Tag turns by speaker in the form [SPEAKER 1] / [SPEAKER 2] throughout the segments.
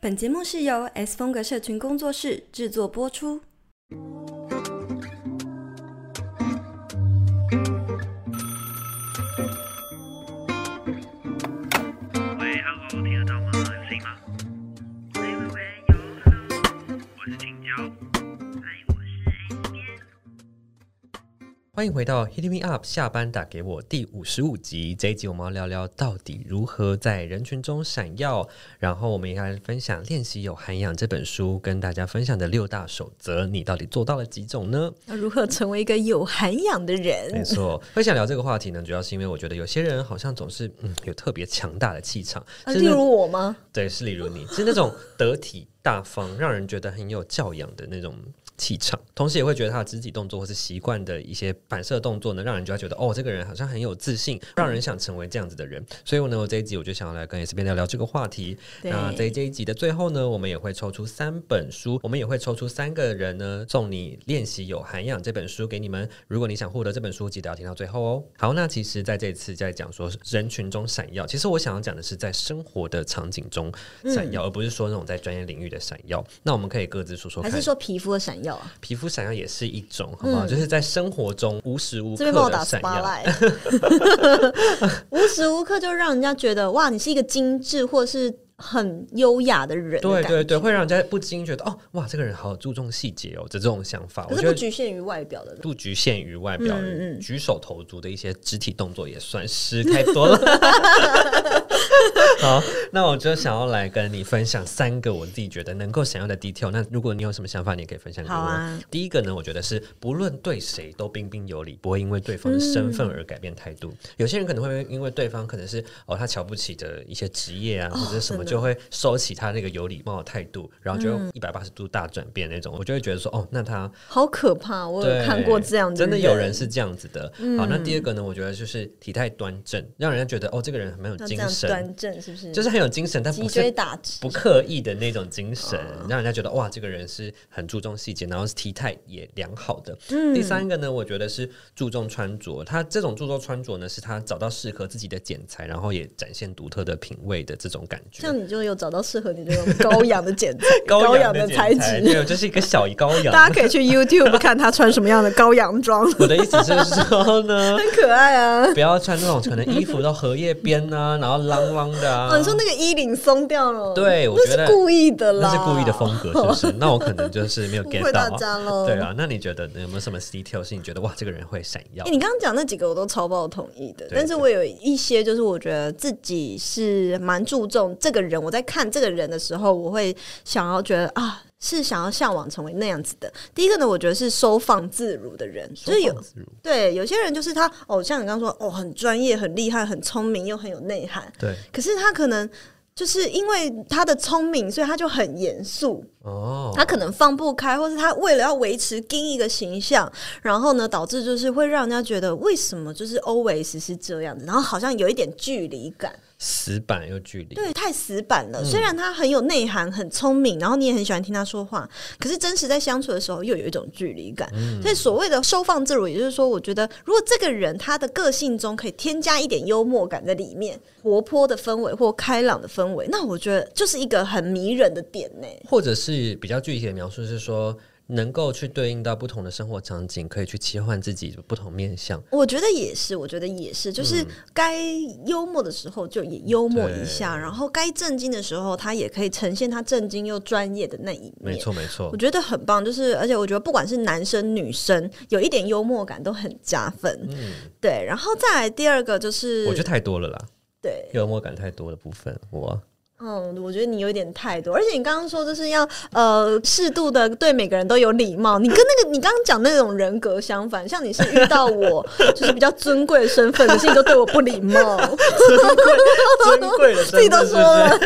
[SPEAKER 1] 本节目是由 S 风格社群工作室制作播出。
[SPEAKER 2] 喂，Hello，听得到吗？有声音吗？喂喂喂，有，Hello，我是青椒。嗨，我是 A 这边。
[SPEAKER 3] 欢迎回到 Hit Me Up 下班打给我第五十五集。这一集我们要聊聊到底如何在人群中闪耀，然后我们也来分享《练习有涵养》这本书跟大家分享的六大守则，你到底做到了几种呢？
[SPEAKER 4] 要如何成为一个有涵养的
[SPEAKER 3] 没
[SPEAKER 4] 人？
[SPEAKER 3] 错，会想聊这个话题呢，主要是因为我觉得有些人好像总是嗯有特别强哎大的气场，
[SPEAKER 4] 啊、
[SPEAKER 3] 是
[SPEAKER 4] 例
[SPEAKER 3] 那
[SPEAKER 4] 如我吗？
[SPEAKER 3] 对，是例如你是那种得体大方，让人觉得很有教养的那种气场，同时也会觉得他的肢体动作或是习惯的一些反射动作呢，让人就会觉得哦，这个人好像很有自信，让人想成为这样子的人。所以呢，我这一集我就想要来跟 S 边聊聊这个话题。
[SPEAKER 4] 对
[SPEAKER 3] 那在这一集的最后呢，我们也会抽出三本书，我们也会抽出三个人呢，送你《练习有涵养》这本书给你们。如果你想获得这本书，记得要听到最后哦。好，那其实在这一次在讲说人群中闪耀，其实我想要讲的是在生活的场景中闪
[SPEAKER 4] 嗯
[SPEAKER 3] 耀，而不是说那种在专业领域的闪耀。那我们可以各自说说
[SPEAKER 4] 还
[SPEAKER 3] 看，
[SPEAKER 4] 是说皮肤的闪耀啊？
[SPEAKER 3] 皮肤闪耀也是一种，好不好？就是在生活中无时无
[SPEAKER 4] 这
[SPEAKER 3] 刻
[SPEAKER 4] 边帮我打
[SPEAKER 3] 的闪耀。
[SPEAKER 4] spotlight，无时无刻就让人家觉得哇，你是一个精致或是很优雅的人的
[SPEAKER 3] 对
[SPEAKER 4] 感觉
[SPEAKER 3] 对对，会让人家不禁觉得哦，哇，这个人好注重细节哦，这这种想法，我
[SPEAKER 4] 可
[SPEAKER 3] 觉
[SPEAKER 4] 是
[SPEAKER 3] 得
[SPEAKER 4] 不局限于外表的。
[SPEAKER 3] 不局限于外表，
[SPEAKER 4] 嗯嗯
[SPEAKER 3] 举手投足的一些肢体动作也算是太多 了。好，那我就想要来跟你分享三个我自己觉得能够想要的 detail。那如果你有什么想法，你也可以分享给我。
[SPEAKER 4] 好啊
[SPEAKER 3] 第一个呢，我觉得是不论对谁都彬彬有礼，不会因为对方的身份而改变态度。
[SPEAKER 4] 嗯
[SPEAKER 3] 有些人可能会因为对方可能是哦他瞧不起的一些职业啊，或者是什么，
[SPEAKER 4] 哦真的嗯
[SPEAKER 3] 就会收起他那个有礼貌的态度，然后就一百八十度大转变那种。我就会觉得说，哦，那他
[SPEAKER 4] 好可怕！哦我
[SPEAKER 3] 对，
[SPEAKER 4] 有看过这样
[SPEAKER 3] 真
[SPEAKER 4] 的嗯
[SPEAKER 3] 的有人是这样子的。好，那第二个呢？我觉得就是体态端正，让人家觉得哦，这个人很有
[SPEAKER 4] 那这
[SPEAKER 3] 精
[SPEAKER 4] 样
[SPEAKER 3] 神，
[SPEAKER 4] 端正，是不是？
[SPEAKER 3] 就是很有精神，但
[SPEAKER 4] 脊
[SPEAKER 3] 不
[SPEAKER 4] 椎哦
[SPEAKER 3] 是
[SPEAKER 4] 打直
[SPEAKER 3] 不，刻意的那种精神，让人家觉得哇，这个人是很注重细节，然后体态也良好的。
[SPEAKER 4] 嗯
[SPEAKER 3] 第三个呢，我觉得是注重穿着，他这种注重穿着呢，是他找到适合自己的剪裁，然后也展现独特的品味的这种感觉、
[SPEAKER 4] 这。样你就有找到适合你这种高雅的剪裁 高
[SPEAKER 3] 雅
[SPEAKER 4] 的
[SPEAKER 3] 剪
[SPEAKER 4] 材质。
[SPEAKER 3] 对，就是一个小高雅。
[SPEAKER 4] 大家可以去 YouTube 看他穿什么样的高洋装，
[SPEAKER 3] 我的意思是说呢，
[SPEAKER 4] 很可爱 啊。
[SPEAKER 3] 不要穿那种可能衣服到荷叶边 啊，然后啷啷的啊。
[SPEAKER 4] 哦，你说那个衣领松掉了？
[SPEAKER 3] 对我
[SPEAKER 4] 那
[SPEAKER 3] 觉得
[SPEAKER 4] 是故意的啦，
[SPEAKER 3] 那是故意的风格，是不是？那我可能就是 没有
[SPEAKER 4] 误
[SPEAKER 3] get
[SPEAKER 4] 会
[SPEAKER 3] 到
[SPEAKER 4] 大
[SPEAKER 3] 啊。
[SPEAKER 4] 家喽。
[SPEAKER 3] 对啊，那你觉得有没有什么 detail 是你觉得哇，这个人会闪 耀
[SPEAKER 4] 诶。？你刚刚讲那几个我都超爆同意的，
[SPEAKER 3] 对
[SPEAKER 4] 但是我有一些就是我觉得自己是蛮注重这个人，我在看这个人的时候，我会想要觉得啊，是想要向往成为那样子的。第一个呢，我觉得是收放自如的人，就是有
[SPEAKER 3] 收放自如
[SPEAKER 4] 对有些人就是他哦，像你刚刚说哦，很专业、很厉害、很聪明又很有内涵，
[SPEAKER 3] 对
[SPEAKER 4] 可是他可能就是因为他的聪明，所以他就很严肃，
[SPEAKER 3] 哦，
[SPEAKER 4] 他可能放不开，或是他为了要维持另一个形象，然后呢，导致就是会让人家觉得为什么就是 always 是这样子，然后好像有一点距离感，
[SPEAKER 3] 死板又距离。
[SPEAKER 4] 对，太死板了。虽然他很有内涵、很聪明，然后你也很喜欢听他说话，可是真实在相处的时候又有一种距离感。所以所谓的收放自如，也就是说，我觉得如果这个人他的个性中可以添加一点幽默感在里面，活泼的氛围或开朗的氛围，那我觉得就是一个很迷人的点呢、
[SPEAKER 3] 或者是比较具体的描述是说，能够去对应到不同的生活场景，可以去切换自己的不同面向。
[SPEAKER 4] 我觉得也是，我觉得也是，就是
[SPEAKER 3] 嗯
[SPEAKER 4] 该幽默的时候就也幽默一下，然后该震惊的时候，他也可以呈现他震惊又专业的那一面。
[SPEAKER 3] 没，错，没错
[SPEAKER 4] 我。觉得很棒。就是而且我觉得不管是男生女生，有一点幽默感都很加分。对，然后再来第二个就是，
[SPEAKER 3] 嗯我觉得太多了啦，
[SPEAKER 4] 对，
[SPEAKER 3] 幽默感太多的部分，我
[SPEAKER 4] 嗯，我觉得你有点太多，而且你刚刚说就是要呃适度的对每个人都有礼貌，你跟那个你刚刚讲那种人格相反，像你是遇到我就是比较尊贵的身份，可是你都对我不礼貌，
[SPEAKER 3] 尊贵的身份
[SPEAKER 4] 自己都说
[SPEAKER 3] 是
[SPEAKER 4] 了，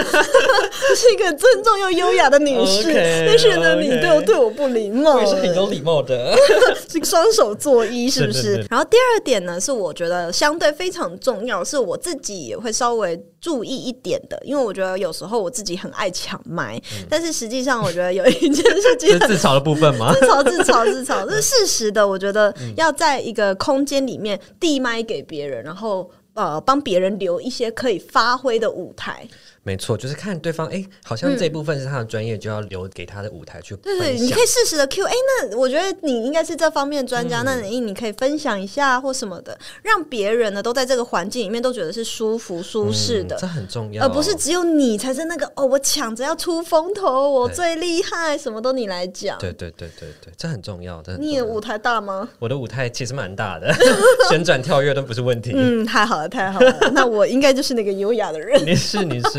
[SPEAKER 4] 是一个尊重又优雅的女士
[SPEAKER 3] OK，
[SPEAKER 4] 但是呢，你
[SPEAKER 3] OK
[SPEAKER 4] 对我对我不礼貌，
[SPEAKER 3] 我也是很有礼貌 的。
[SPEAKER 4] 是双手作揖，是
[SPEAKER 3] 是
[SPEAKER 4] 不
[SPEAKER 3] 是
[SPEAKER 4] 是
[SPEAKER 3] 是？
[SPEAKER 4] 然后第二点呢，是我觉得相对非常重要，是我自己也会稍微注意一点的，因为我觉得有时候我自己很爱抢麦，但是实际上我觉得有一件事
[SPEAKER 3] 这
[SPEAKER 4] 情
[SPEAKER 3] 是。自嘲的部分吗？
[SPEAKER 4] 自嘲，自嘲，自嘲，这是事实的。我觉得要在一个空间里面递麦给别人，然后呃帮别人留一些可以发挥的舞台。
[SPEAKER 3] 没错，就是看对方，哎、好像这部分是他的专业，就要留给他的舞台去
[SPEAKER 4] 嗯对对，
[SPEAKER 3] 分
[SPEAKER 4] 你
[SPEAKER 3] 享
[SPEAKER 4] 可。以适时的 Q。哎，那我觉得你应该是这方面的专
[SPEAKER 3] 嗯
[SPEAKER 4] 家，那你你可以分享一下或什么的，让别人呢都在这个环境里面都觉得是舒服舒适的
[SPEAKER 3] 嗯，这很重要，
[SPEAKER 4] 而不是只有你才是那个哦，我抢着要出风头，我
[SPEAKER 3] 对
[SPEAKER 4] 最厉害，什么都你来讲。
[SPEAKER 3] 对对对对对，这很重要。这很
[SPEAKER 4] 你
[SPEAKER 3] 重
[SPEAKER 4] 的
[SPEAKER 3] 要
[SPEAKER 4] 舞台大吗？
[SPEAKER 3] 我的舞台其实蛮大 的，旋转跳跃都不是问题。
[SPEAKER 4] 嗯，太好了，太 好了。那我应该就是那个优雅的人，
[SPEAKER 3] 你是你 是，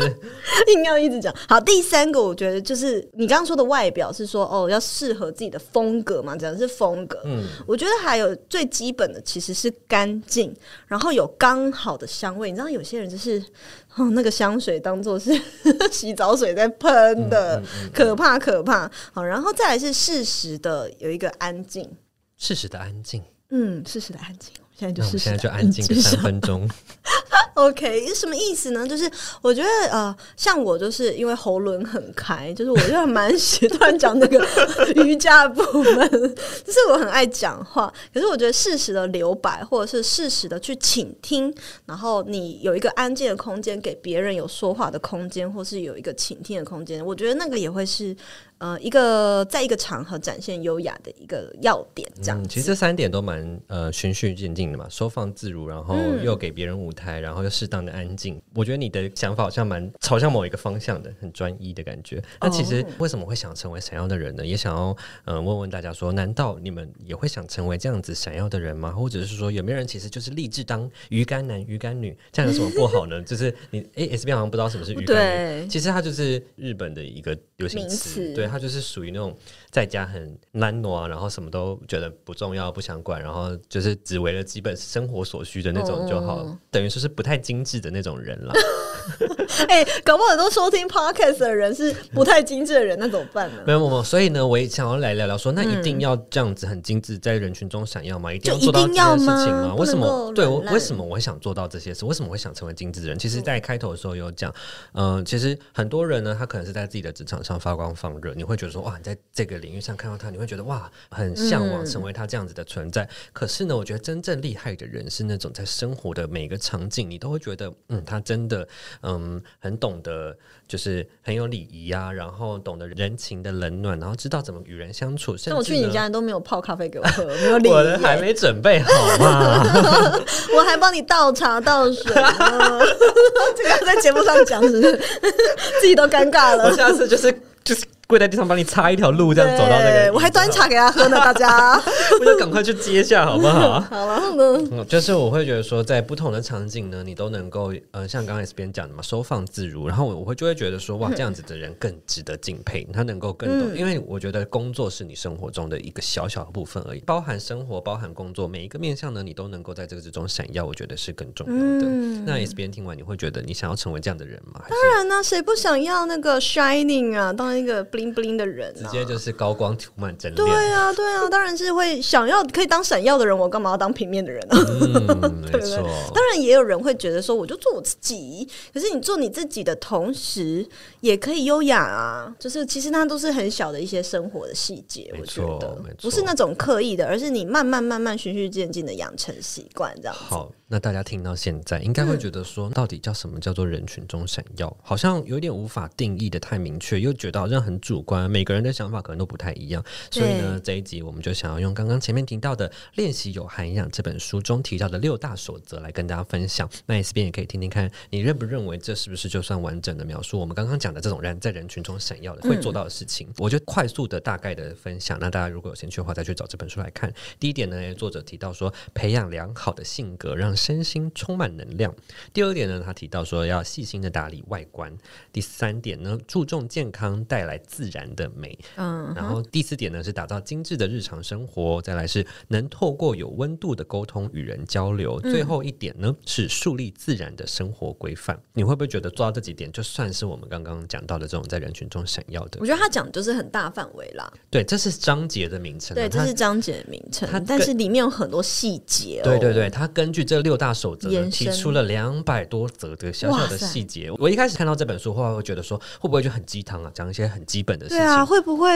[SPEAKER 4] 硬要一直讲。好，第三个我觉得就是你刚刚说的外表是说哦，要适合自己的风格嘛，讲的是风格。
[SPEAKER 3] 嗯，
[SPEAKER 4] 我觉得还有最基本的其实是干净，然后有刚好的香味。你知道有些人就是哦，那个香水当做是 洗澡水在喷
[SPEAKER 3] 嗯
[SPEAKER 4] 的，可怕可怕。好，然后再来是适时的有一个安静，
[SPEAKER 3] 适时的安静。
[SPEAKER 4] 嗯，适时的嗯安静。我们现在就
[SPEAKER 3] 那我
[SPEAKER 4] 适
[SPEAKER 3] 们
[SPEAKER 4] 时
[SPEAKER 3] 现在
[SPEAKER 4] 地
[SPEAKER 3] 就安静个
[SPEAKER 4] 一下
[SPEAKER 3] 三分钟。
[SPEAKER 4] OK，是什么意思呢？就是我觉得呃，像我就是因为喉咙很开，就是我就蛮喜突然讲那 个瑜伽的部分，就是我很爱讲话。可是我觉得适时的留白，或者是适时的去倾听，然后你有一个安静的空间，给别人有说话的空间，或是有一个倾听的空间，我觉得那个也会是呃一个在一个场合展现优雅的一个要点。这样
[SPEAKER 3] 嗯，
[SPEAKER 4] 子、
[SPEAKER 3] 其实这三点都蛮呃循序渐进的嘛，收放自如，然后
[SPEAKER 4] 嗯
[SPEAKER 3] 又给别人舞台，然后又适当的安静。我觉得你的想法好像蛮朝向某一个方向的，很专一的感觉。那其
[SPEAKER 4] 哦
[SPEAKER 3] 实为什么会想成为闪耀的人呢？也想要嗯、呃问问大家说，难道你们也会想成为这样子闪耀的人吗？或者是说，有没有人其实就是立志当鱼竿男、鱼竿女，这样有什么不好呢？ 就是你诶 s B 好像不知道什么是鱼竿女，
[SPEAKER 4] 对
[SPEAKER 3] 其实它就是日本的一个流行
[SPEAKER 4] 名
[SPEAKER 3] 词，
[SPEAKER 4] 词
[SPEAKER 3] 对，它就是属于那种在家很懒惰啊，然后什么都觉得不重要、不想管，然后就是只为了基本生活所需的那种就好，
[SPEAKER 4] 哦
[SPEAKER 3] 等于说是不太精致的那种人啦。
[SPEAKER 4] 哎、搞不好很多收听 podcast 的人是不太精致的人，那怎么办呢？
[SPEAKER 3] 没有，没有没有，所以呢，我也想要来聊聊说，那一定要这样子很精致，在人群中闪耀吗？一定要
[SPEAKER 4] 嗯就一
[SPEAKER 3] 做到这
[SPEAKER 4] 定要
[SPEAKER 3] 件事情
[SPEAKER 4] 吗
[SPEAKER 3] 吗？
[SPEAKER 4] 不
[SPEAKER 3] 为什
[SPEAKER 4] 能
[SPEAKER 3] 么
[SPEAKER 4] 够？
[SPEAKER 3] 对，我
[SPEAKER 4] 软烂
[SPEAKER 3] 为什么我会想做到这些事？为什么会想成为精致的人？其实，在开头的时候有讲，嗯、其实很多人呢，他可能是在自己的职场上发光放热，你会觉得说，哇，你在这个领域上看到他，你会觉得哇，很向往成为他这样子的存在。可是呢，我觉得真正厉害的人是那种在生活的每个场景，你都会觉得，嗯，他真的，嗯，很懂得，就是很有礼仪啊，然后懂得人情的冷暖，然后知道怎么与人相处。甚
[SPEAKER 4] 像我
[SPEAKER 3] 至
[SPEAKER 4] 去你
[SPEAKER 3] 呢
[SPEAKER 4] 家，你都没有泡咖啡给我喝，没有理
[SPEAKER 3] 我的还
[SPEAKER 4] 你，
[SPEAKER 3] 没准备好嘛。
[SPEAKER 4] 我还帮你倒茶倒水呢。这个要在节目上讲是不是？ 自己都尴尬
[SPEAKER 3] 我
[SPEAKER 4] 了。
[SPEAKER 3] 下次就是就是跪在地上帮你插一条路，这样走到那
[SPEAKER 4] 对
[SPEAKER 3] 个，
[SPEAKER 4] 我还端
[SPEAKER 3] 场。
[SPEAKER 4] 茶给他喝呢，大 家。
[SPEAKER 3] 我就赶快去接一下，好不好？
[SPEAKER 4] 好了，然后呢？
[SPEAKER 3] 嗯，就是我会觉得说，在不同的场景呢，你都能够呃，像刚才 S 边讲的嘛，收放自如。然后我我会就会觉得说，哇，这样子的人更值得敬佩，他能够更
[SPEAKER 4] 嗯
[SPEAKER 3] 懂，因为我觉得工作是你生活中的一个小小的部分而已，包含生活，包含工作，每一个面向呢，你都能够在这个之中闪耀，我觉得是更重要的。
[SPEAKER 4] 嗯
[SPEAKER 3] 那 S 边听完，你会觉得你想要成为这样的人吗？还是
[SPEAKER 4] 当然呢，谁不想要那个 shining 啊？当一个 bling bling 的人
[SPEAKER 3] 直
[SPEAKER 4] 啊？
[SPEAKER 3] 接就是高光涂满整
[SPEAKER 4] 对
[SPEAKER 3] 脸？
[SPEAKER 4] 啊，对啊，当然是会想要可以当闪耀的人，我干嘛要当平面的人啊？
[SPEAKER 3] 嗯，没
[SPEAKER 4] 对不对
[SPEAKER 3] 错。
[SPEAKER 4] 当然，也有人会觉得说，我就做我自己。可是你做你自己的同时，也可以优雅啊。就是其实那都是很小的一些生活的细节，
[SPEAKER 3] 没
[SPEAKER 4] 我觉
[SPEAKER 3] 错
[SPEAKER 4] 得
[SPEAKER 3] 没错
[SPEAKER 4] 不是那种刻意的，而是你慢慢慢慢循序渐进的养成习惯，这样子。嗯
[SPEAKER 3] 好，那大家听到现在，应该会觉得说，到底叫什么叫做人群中闪耀？好像有点无法定义的太明确，又觉得好像很主观，每个人的想法可能都不太一样。所以呢，这一集我们就想要用刚刚前面提到的《练习有涵养》这本书中提到的六大守则来跟大家分享。那 S 边也可以听听看，你认不认为这是不是就算完整的描述我们刚刚讲的这种人在人群中闪耀的会做到的事情？我就快速的大概的分享，那大家如果有兴趣的话，再去找这本书来看。第一点呢，作者提到说，培养良好的性格，让身心充满能量。第二点呢，他提到说要细心的打理外观。第三点呢，注重健康，带来自然的美。
[SPEAKER 4] 嗯，
[SPEAKER 3] 然后第四点呢是打造精致的日常生活，再来是能透过有温度的沟通与人交流，
[SPEAKER 4] 嗯
[SPEAKER 3] 最后一点呢是树立自然的生活规范。你会不会觉得做到这几点，就算是我们刚刚讲到的这种在人群中闪耀的
[SPEAKER 4] 我？觉得他讲的就是很大范围啦，
[SPEAKER 3] 对，这是章节的名称啊、
[SPEAKER 4] 对，这
[SPEAKER 3] 它
[SPEAKER 4] 是章节的名称
[SPEAKER 3] 它，
[SPEAKER 4] 但
[SPEAKER 3] 更
[SPEAKER 4] 是里面有很多细节、哦。
[SPEAKER 3] 对对对，他根据这六大守则呢
[SPEAKER 4] 延
[SPEAKER 3] 提
[SPEAKER 4] 伸
[SPEAKER 3] 出了两百多则的小小的
[SPEAKER 4] 哇塞
[SPEAKER 3] 细节。我一开始看到这本书的话，会觉得说会不会就很鸡汤啊，讲一些些很基本的事
[SPEAKER 4] 对
[SPEAKER 3] 情。
[SPEAKER 4] 啊，会不会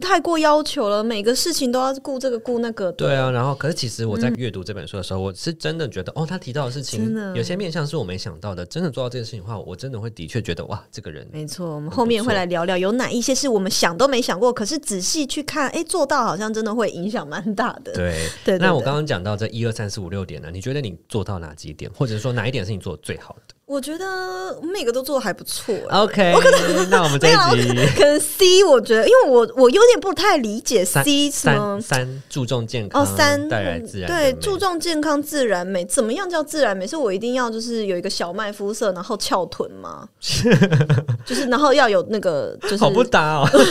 [SPEAKER 4] 太过要求了？每个事情都要顾这个顾那个的。
[SPEAKER 3] 对啊，然后可是其实我在阅读这本书的时候，我是真的觉得，哦，他提到的事情
[SPEAKER 4] 真的
[SPEAKER 3] 有些面向是我没想到的。真的做到这件事情的话，我真的会的确觉得，哇，这个 人
[SPEAKER 4] 没错，我们后面会来聊聊有哪一些是我们想都没想过，可是仔细去看，哎、做到好像真的会影响蛮大的。
[SPEAKER 3] 对。
[SPEAKER 4] 对对
[SPEAKER 3] 那我
[SPEAKER 4] 对
[SPEAKER 3] 刚刚讲到这一二三四五六点呢，你觉得你做到哪几点，或者说哪一点是你做的最好 的
[SPEAKER 4] 我觉得每个都做的还不错、哎
[SPEAKER 3] ？OK，那我们这
[SPEAKER 4] 没有啊
[SPEAKER 3] 一集
[SPEAKER 4] 可能 C 我觉得，因为我我有点不太理解 C 什么
[SPEAKER 3] 三三注重健康，
[SPEAKER 4] 哦三
[SPEAKER 3] 带来自然的
[SPEAKER 4] 对
[SPEAKER 3] 美
[SPEAKER 4] 注重健康自然美，怎么样叫自然美？是我一定要就是有一个小麦肤色，然后翘臀 吗？就是然后要有那个就是
[SPEAKER 3] 好不搭哦。
[SPEAKER 4] 嗯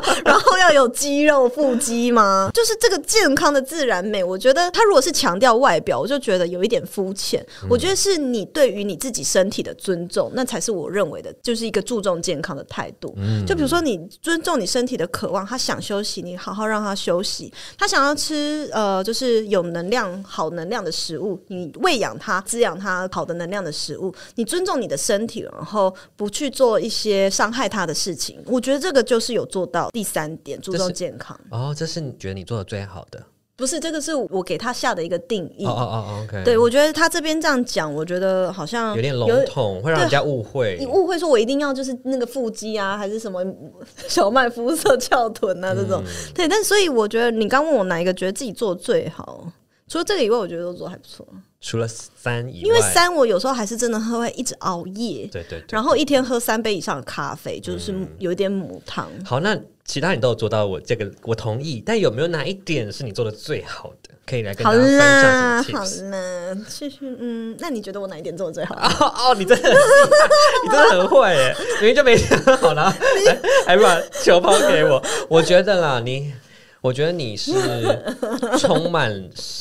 [SPEAKER 4] 然后要有肌肉腹肌吗？就是这个健康的自然美，我觉得它如果是强调外表，我就觉得有一点肤浅。我觉得是你对于你自己身体的尊重，那才是我认为的，就是一个注重健康的态度。就比如说你尊重你身体的渴望，他想休息，你好好让他休息；他想要吃呃，就是有能量、好能量的食物，你喂养他、滋养他好的能量的食物。你尊重你的身体，然后不去做一些伤害他的事情。我觉得这个就是有做到第三点，注
[SPEAKER 3] 这
[SPEAKER 4] 重
[SPEAKER 3] 是
[SPEAKER 4] 健康。
[SPEAKER 3] 哦，这是你觉得你做的最好的。
[SPEAKER 4] 不是，这个是我给他下的一个定义。
[SPEAKER 3] 哦哦哦，OK。
[SPEAKER 4] 对，我觉得他这边这样讲，我觉得好像
[SPEAKER 3] 有点笼统，会让人家误会
[SPEAKER 4] 你。误会说我一定要就是那个腹肌啊，还是什么 小麦肤色翘臀啊这种。
[SPEAKER 3] 嗯
[SPEAKER 4] 对，但所以我觉得你刚问我哪一个觉得自己做的最好，除了这个以外，我觉得都做得还不错。
[SPEAKER 3] 除了三以外，
[SPEAKER 4] 因为三，我有时候还是真的会一直熬夜，
[SPEAKER 3] 对对嗯对。
[SPEAKER 4] 然后一天喝三杯以上的咖啡，就是有一点母汤。
[SPEAKER 3] 好，那其他你都有做到，我这个我同意。但有没有哪一点是你做的最好的？可以来跟
[SPEAKER 4] 好
[SPEAKER 3] 大家分
[SPEAKER 4] 啦，
[SPEAKER 3] 享什
[SPEAKER 4] 好
[SPEAKER 3] 么 tips？
[SPEAKER 4] 啦，继续。嗯，那你觉得我哪一点做的最好？
[SPEAKER 3] 哦哦，你真的很，你真的很会耶！明明就没想好啦，还还把球抛给我。我觉得啦，你，我觉得你是充满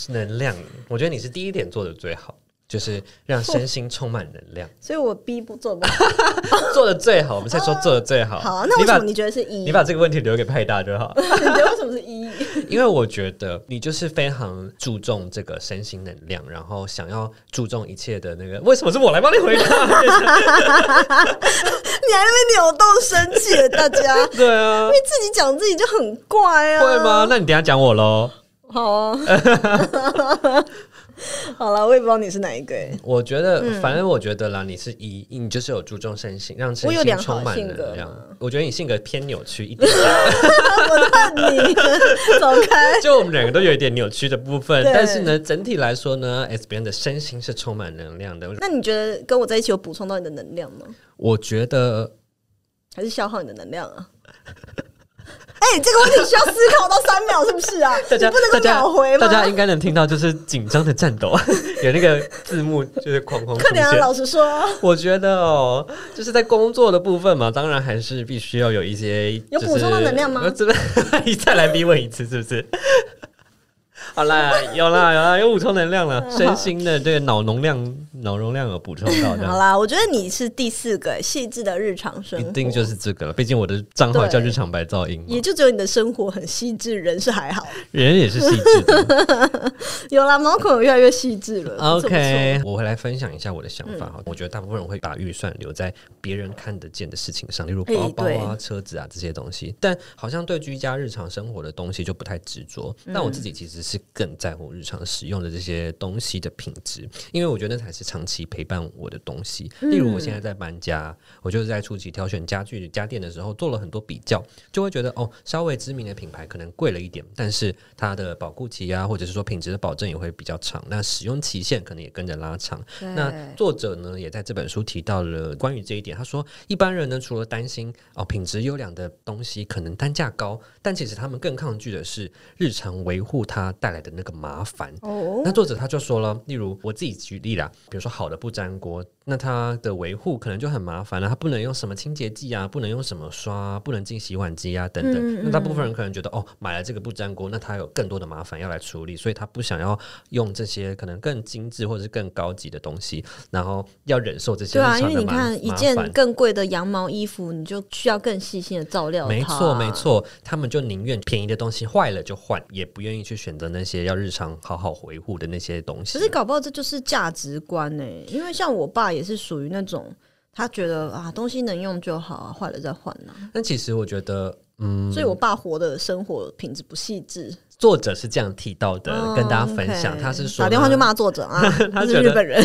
[SPEAKER 3] 能量。我觉得你是第一点做的最好，就是让身心充满能 量，
[SPEAKER 4] 所以我 B 不做不好。
[SPEAKER 3] 做的最好。我们才说做的最好。
[SPEAKER 4] 好啊，那为
[SPEAKER 3] 你把
[SPEAKER 4] 什么你觉得是一？
[SPEAKER 3] 你把这个问题留给派大就好，
[SPEAKER 4] 你觉得为什么是一？
[SPEAKER 3] 因为我觉得你就是非常注重这个身心能量，然后想要注重一切的那个。为什么是我来帮你回答？
[SPEAKER 4] 你还在那边扭动生气了，大家，因
[SPEAKER 3] 对啊，
[SPEAKER 4] 为自己讲自己就很怪啊。
[SPEAKER 3] 会吗？？那你等一下讲我喽。
[SPEAKER 4] 好啊。 好了，我也不知道你是哪一个、欸。
[SPEAKER 3] 我觉得，反正我觉得啦，你是一，你就是有注重身心，让身
[SPEAKER 4] 我有
[SPEAKER 3] 心
[SPEAKER 4] 良好
[SPEAKER 3] 充满
[SPEAKER 4] 性格
[SPEAKER 3] 能量。我觉得你性格偏扭曲一点，
[SPEAKER 4] 我恨你， 走开。
[SPEAKER 3] 就我们两个都有一点扭曲的部分，
[SPEAKER 4] 对
[SPEAKER 3] 但是呢，整体来说呢，S B N 的身心是充满能量的。
[SPEAKER 4] 那你觉得跟我在一起有补充到你的能量吗？
[SPEAKER 3] 我觉得
[SPEAKER 4] 还是消耗你的能量 啊？哎、这个问题需要思考到三秒，是不是啊？
[SPEAKER 3] 大家
[SPEAKER 4] 你不能
[SPEAKER 3] 大
[SPEAKER 4] 够
[SPEAKER 3] 家
[SPEAKER 4] 秒回吗？
[SPEAKER 3] 大家应该能听到，就是紧张的战斗， 有那个字幕就是哐哐出
[SPEAKER 4] 快点啊！
[SPEAKER 3] 现。
[SPEAKER 4] 老实说，
[SPEAKER 3] 我觉得哦，就是在工作的部分嘛，当然还是必须要有一些
[SPEAKER 4] 有补充的能量吗
[SPEAKER 3] 就是你 再来逼问一次，是不是？ 好啦，有啦有啦，有补充能量
[SPEAKER 4] 嗯
[SPEAKER 3] 了，身心的这个脑容量脑容量有补充到，这
[SPEAKER 4] 好
[SPEAKER 3] 样
[SPEAKER 4] 啦，我觉得你是第四个、欸细致的日常生
[SPEAKER 3] 一
[SPEAKER 4] 活，
[SPEAKER 3] 定就是这个了。毕竟我的账号
[SPEAKER 4] 对
[SPEAKER 3] 叫日常白噪音嘛，
[SPEAKER 4] 也就只有你的生活很细致，人是还好。
[SPEAKER 3] 人也是细 致的。
[SPEAKER 4] 有啦，毛孔有越来越细致了。不错不错
[SPEAKER 3] OK，我会来分享一下我的想法
[SPEAKER 4] 嗯
[SPEAKER 3] 哈。我觉得大部分人会把预算留在别人看得见的事情上，例如
[SPEAKER 4] 哎
[SPEAKER 3] 包包啊、
[SPEAKER 4] 对
[SPEAKER 3] 车子啊这些东西。但好像对居家日常生活的东西就不太执着。但我自己其实是更在乎日常使用的这些东西的品质，因为我觉得那才是长期陪伴我的东西。例如我现在在搬家，我就是在初期挑选家具、家电的时候做了很多比较，就会觉得哦，稍微知名的品牌可能贵了一点，但是它的保固期啊，或者是说品质的保证也会比较长，那使用期限可能也跟着拉长。那作者呢也在这本书提到了关于这一点，他说一般人呢除了担心哦品质优良的东西可能单价高，但其实他们更抗拒的是日常维护它带来的那个麻烦。
[SPEAKER 4] 哦，
[SPEAKER 3] 那作者他就说了，例如我自己举例啦，比如说好的不粘锅，那它的维护可能就很麻烦了，它不能用什么清洁剂啊，不能用什么刷、啊，不能进洗碗机啊等等。
[SPEAKER 4] 嗯
[SPEAKER 3] 那大部分人可能觉得哦，买了这个不粘锅，那它有更多的麻烦要来处理，所以他不想要用这些可能更精致或者是更高级的东西，然后要忍受这些
[SPEAKER 4] 对啊，
[SPEAKER 3] 日
[SPEAKER 4] 因
[SPEAKER 3] 常
[SPEAKER 4] 为
[SPEAKER 3] 的
[SPEAKER 4] 你
[SPEAKER 3] 麻
[SPEAKER 4] 看一
[SPEAKER 3] 麻
[SPEAKER 4] 件
[SPEAKER 3] 烦
[SPEAKER 4] 更贵的羊毛衣服，你就需要更细心的照料它。
[SPEAKER 3] 没错，没。错，他们就宁愿便宜的东西坏了就换，也不愿意去选择那些要日常好好维护的那些东西。
[SPEAKER 4] 欸可是搞不好这就是价值观呢、因为像我爸也是属于那种。他觉得啊，东西能用就好啊，坏了再换啊。
[SPEAKER 3] 但其实我觉得，嗯，
[SPEAKER 4] 所以我爸活的生活品质不细致，
[SPEAKER 3] 作者是这样提到的，呃跟大家分享，
[SPEAKER 4] 哦 OK
[SPEAKER 3] 他是说
[SPEAKER 4] 打电话就骂作者啊，
[SPEAKER 3] 他
[SPEAKER 4] 是
[SPEAKER 3] 觉
[SPEAKER 4] 日
[SPEAKER 3] 得
[SPEAKER 4] 本人，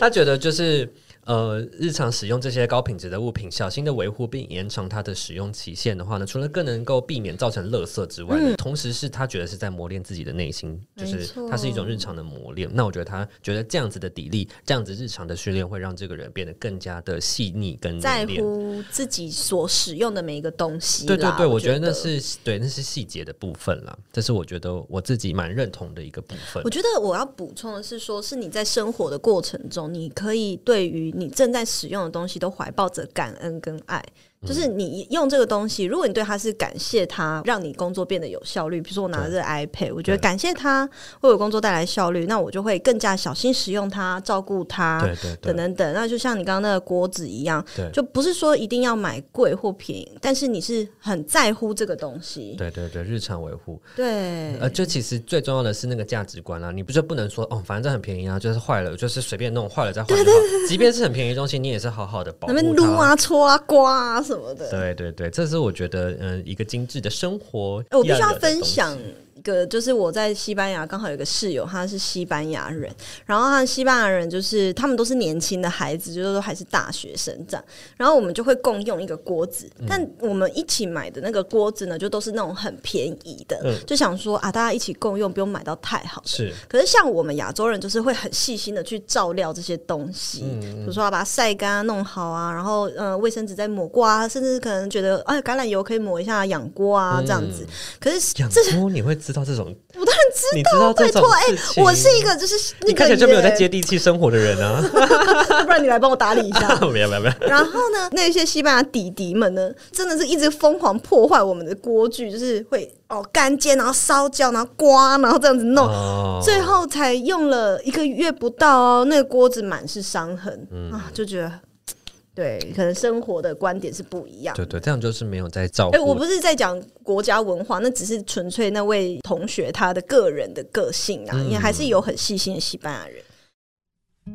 [SPEAKER 3] 他觉得就是呃，日常使用这些高品质的物品，小心的维护并延长它的使用期限的话呢，除了更能够避免造成垃圾之外呢，同时是他觉得是在磨练自己的内心，就
[SPEAKER 4] 嗯没
[SPEAKER 3] 是
[SPEAKER 4] 错
[SPEAKER 3] 它是一种日常的磨练。那我觉得他觉得这样子的砥砺，这样子日常的训练，会让这个人变得更加的细腻跟内
[SPEAKER 4] 在
[SPEAKER 3] 敛。
[SPEAKER 4] 乎自己所使用的每一个东西啦。
[SPEAKER 3] 对对对，我觉
[SPEAKER 4] 觉
[SPEAKER 3] 得那是对，那是细节的部分啦，这是我觉得我自己蛮认同的一个部分
[SPEAKER 4] 我。觉得我要补充的是说是你在生活的过程中，你可以对于你正在使用的东西都怀抱着感恩跟爱。就是你用这个东西，如果你对它是感谢它，让你工作变得有效率。比如说我拿着这个 iPad，我觉得
[SPEAKER 3] 对
[SPEAKER 4] 感谢它为我工作带来效率，那我就会更加小心使用它，照顾它。
[SPEAKER 3] 对对对
[SPEAKER 4] 等，等等，那就像你刚刚那个锅子一样
[SPEAKER 3] 对，
[SPEAKER 4] 就不是说一定要买贵或便宜，但是你是很在乎这个东西。
[SPEAKER 3] 对对对，日常维护。
[SPEAKER 4] 对，
[SPEAKER 3] 呃，就其实最重要的是那个价值观啦、你不就不能说哦，反正这很便宜啊，就是坏了，就是随便弄，坏了再换就好。即便是很便宜的东西，你也是好好的保护它。
[SPEAKER 4] 那边撸啊、搓啊、刮啊什么的。
[SPEAKER 3] 对对对，这是我觉得嗯、一个精致的生活
[SPEAKER 4] 哎我必须
[SPEAKER 3] 要
[SPEAKER 4] 要
[SPEAKER 3] 有的
[SPEAKER 4] 分
[SPEAKER 3] 东西
[SPEAKER 4] 享一个，就是我在西班牙刚好有个室友，他是西班牙人，然后他西班牙人就是他们都是年轻的孩子，就是都还是大学生这样，然后我们就会共用一个锅子，
[SPEAKER 3] 嗯
[SPEAKER 4] 但我们一起买的那个锅子呢，就都是那种很便宜的，
[SPEAKER 3] 嗯
[SPEAKER 4] 就想说啊，大家一起共用，不用买到太好的。
[SPEAKER 3] 是
[SPEAKER 4] 可是像我们亚洲人，就是会很细心的去照料这些东西，
[SPEAKER 3] 嗯
[SPEAKER 4] 比如说要把它晒干啊、弄好啊，然后呃卫生纸再抹过啊，甚至可能觉得哎橄榄油可以抹一下养锅啊这样子。可是
[SPEAKER 3] 嗯养
[SPEAKER 4] 这
[SPEAKER 3] 猪，你会知道这种，
[SPEAKER 4] 我当然知
[SPEAKER 3] 你知道这
[SPEAKER 4] 拜
[SPEAKER 3] 种
[SPEAKER 4] 托，哎、
[SPEAKER 3] 事情。
[SPEAKER 4] 我是一个就是那
[SPEAKER 3] 你看
[SPEAKER 4] 个
[SPEAKER 3] 起来就没有在
[SPEAKER 4] 耶
[SPEAKER 3] 接，地气生活的人啊！
[SPEAKER 4] 不然你来帮我打理一下。
[SPEAKER 3] 没有没有没有，
[SPEAKER 4] 然后呢，那些西班牙弟弟们呢，真的是一直疯狂破坏我们的锅具，就是会哦干煎，然后烧焦，然后刮，然后这样子弄。
[SPEAKER 3] 哦
[SPEAKER 4] 最后才用了一个月不到哦，那个锅子满是伤痕、
[SPEAKER 3] 嗯
[SPEAKER 4] 啊，就觉得对，可能生活的观点是不一样。
[SPEAKER 3] 对对，这样就是没有在照顾。
[SPEAKER 4] 哎、我不是在讲国家文化，那只是纯粹那位同学他的个人的个性啊，
[SPEAKER 3] 嗯
[SPEAKER 4] 也还是有很细心的西班牙人。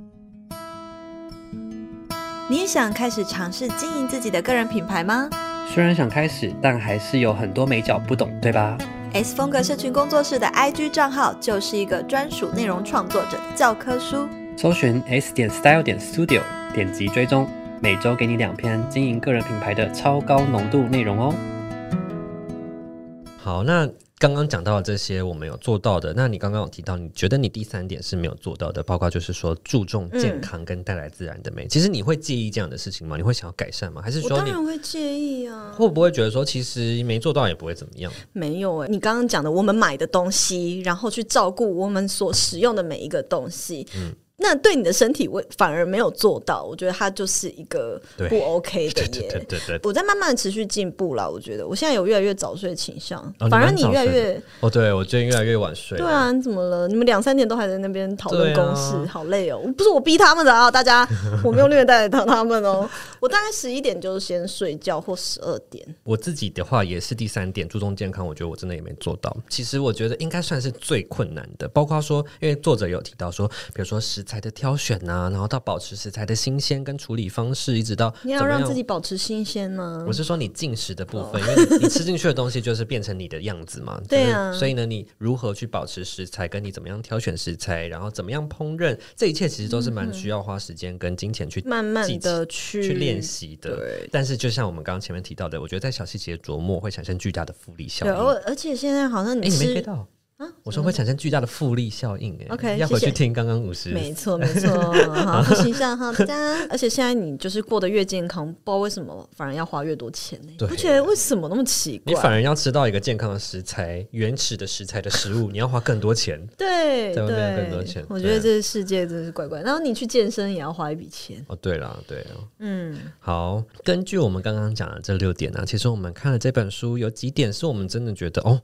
[SPEAKER 1] 你也想开始尝试经营自己的个人品牌吗
[SPEAKER 5] 虽然想开始，但还是有很多美角不懂，对吧？
[SPEAKER 1] ？S 风格社群工作室的 IG 账号就是一个专属内容创作者的教科书。
[SPEAKER 5] 搜寻 s 点 style 点 studio，点击追踪，每周给你两篇经营个人品牌的超高浓度内容哦。
[SPEAKER 3] 好，那刚刚讲到的这些我们有做到的，那你刚刚有提到，你觉得你第三点是没有做到的，包括就是说注重健康跟带来自然的
[SPEAKER 5] 嗯
[SPEAKER 3] 美。其实你会介意这样的事情吗？你会想要改善吗？还是
[SPEAKER 4] 我
[SPEAKER 3] 说
[SPEAKER 4] 当
[SPEAKER 3] 你
[SPEAKER 4] 然会介意啊，
[SPEAKER 3] 会不会觉得说其实没做到也不会怎么样？
[SPEAKER 4] 没有哎、你刚刚讲的，我们买的东西，然后去照顾我们所使用的每一个东西。
[SPEAKER 3] 嗯
[SPEAKER 4] 那对你的身体，我反而没有做到，我觉得它就是一个
[SPEAKER 3] 对
[SPEAKER 4] 不 OK 的
[SPEAKER 3] 对
[SPEAKER 4] 耶。
[SPEAKER 3] 对对对对。
[SPEAKER 4] 我在慢慢地持续进步啦，我觉得我现在有越来越早睡倾向，
[SPEAKER 3] 哦
[SPEAKER 4] 反而
[SPEAKER 3] 蛮
[SPEAKER 4] 你
[SPEAKER 3] 早
[SPEAKER 4] 越来
[SPEAKER 3] 睡的
[SPEAKER 4] 越
[SPEAKER 3] 哦，对我最近越来越晚睡。
[SPEAKER 4] 对，啊，你怎么了？你们两三点都还在那边讨论
[SPEAKER 3] 对啊
[SPEAKER 4] 公事，好累哦！不是我逼他们的啊，大家，我没有虐待到他们哦。我大概十一点就先睡觉或十二点，
[SPEAKER 3] 我自己的话也是第三点，注重健康，我觉得我真的也没做到。其实我觉得应该算是最困难的，包括说，因为作者有提到说，比如说食材的挑选啊，然后到保持食材的新鲜跟处理方式，一直到
[SPEAKER 4] 你要
[SPEAKER 3] 怎么
[SPEAKER 4] 让
[SPEAKER 3] 样
[SPEAKER 4] 自己保持新鲜呢、
[SPEAKER 3] 我是说你进食的部分，因为你你吃进去的东西就是变成你的样子嘛。
[SPEAKER 4] 对啊
[SPEAKER 3] 就是所以呢，你如何去保持食材，跟你怎么样挑选食材，然后怎么样烹饪，这一切其实都是蛮需要花时间跟金钱去
[SPEAKER 4] 嗯慢慢
[SPEAKER 3] 记
[SPEAKER 4] 的去
[SPEAKER 3] 去练。习的。
[SPEAKER 4] 对
[SPEAKER 3] 但是就像我们刚刚前面提到的，我觉得在小细节琢磨会产生巨大的复利效
[SPEAKER 4] 对，
[SPEAKER 3] 应。
[SPEAKER 4] 而而且现在好
[SPEAKER 3] 哎、
[SPEAKER 4] 像你
[SPEAKER 3] 你没
[SPEAKER 4] 吃
[SPEAKER 3] get 到？
[SPEAKER 4] 啊
[SPEAKER 3] 我说会产生巨大的复利效应、哎
[SPEAKER 4] OK，
[SPEAKER 3] 要回
[SPEAKER 4] 谢
[SPEAKER 3] 去
[SPEAKER 4] 谢
[SPEAKER 3] 听刚刚五十
[SPEAKER 4] 没错，没错，好，不形象好的。而且现在你就是过得越健康，不知道为什么反而要花越多钱呢、
[SPEAKER 3] 对
[SPEAKER 4] 不觉得为什么那么奇
[SPEAKER 3] 你反
[SPEAKER 4] 怪？
[SPEAKER 3] 而要吃到一个健康的食材、原始的食材的食物，你要花更多钱。
[SPEAKER 4] 对
[SPEAKER 3] 在外面更多
[SPEAKER 4] 对
[SPEAKER 3] 钱，
[SPEAKER 4] 我
[SPEAKER 3] 对啊
[SPEAKER 4] 觉得这个世界真是怪怪。然后你去健身也要花一笔钱，
[SPEAKER 3] 哦，对啦，对啊，
[SPEAKER 4] 嗯，
[SPEAKER 3] 好，根据我们刚刚讲的这六点呢、其实我们看了这本书，有几点是我们真的觉得哦。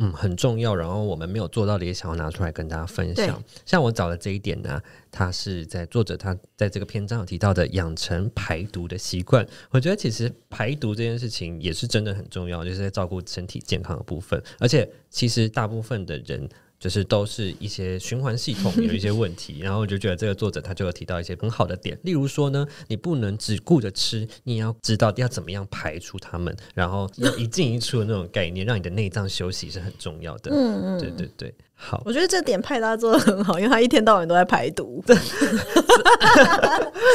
[SPEAKER 3] 嗯，很重要。然后我们没有做到的，也想要拿出来跟大家分
[SPEAKER 4] 对
[SPEAKER 3] 享。像我找的这一点呢、它是在作者他在这个篇章有提到的养成排毒的习惯。我觉得其实排毒这件事情也是真的很重要，就是在照顾身体健康的部分。而且其实大部分的人就是都是一些循环系统有一些问 题，然后我就觉得这个作者他就有提到一些很好的点，例如说呢，你不能只顾着吃，你也要知道要怎么样排出它们，然后要一进一出的那种概念，让你的内脏休息是很重要的。
[SPEAKER 4] 嗯嗯
[SPEAKER 3] 对对对，好，
[SPEAKER 4] 我觉得这点派大做的很好，因为他一天到晚都在 排毒，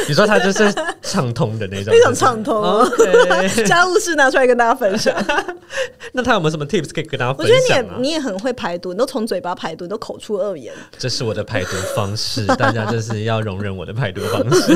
[SPEAKER 3] 你说他就是畅通的那 种，
[SPEAKER 4] 非常畅通哦。
[SPEAKER 3] OK，
[SPEAKER 4] 家务事拿出来跟大家分 享。
[SPEAKER 3] 那他有没有什么 tips 可以跟大家
[SPEAKER 4] 我
[SPEAKER 3] 分
[SPEAKER 4] 觉得你
[SPEAKER 3] 享、
[SPEAKER 4] 也
[SPEAKER 3] 啊？
[SPEAKER 4] 你也很会排毒，你都从嘴巴排毒，你都口出恶言，
[SPEAKER 3] 这是我的排毒方 式，大家就是要容忍我的排毒方式。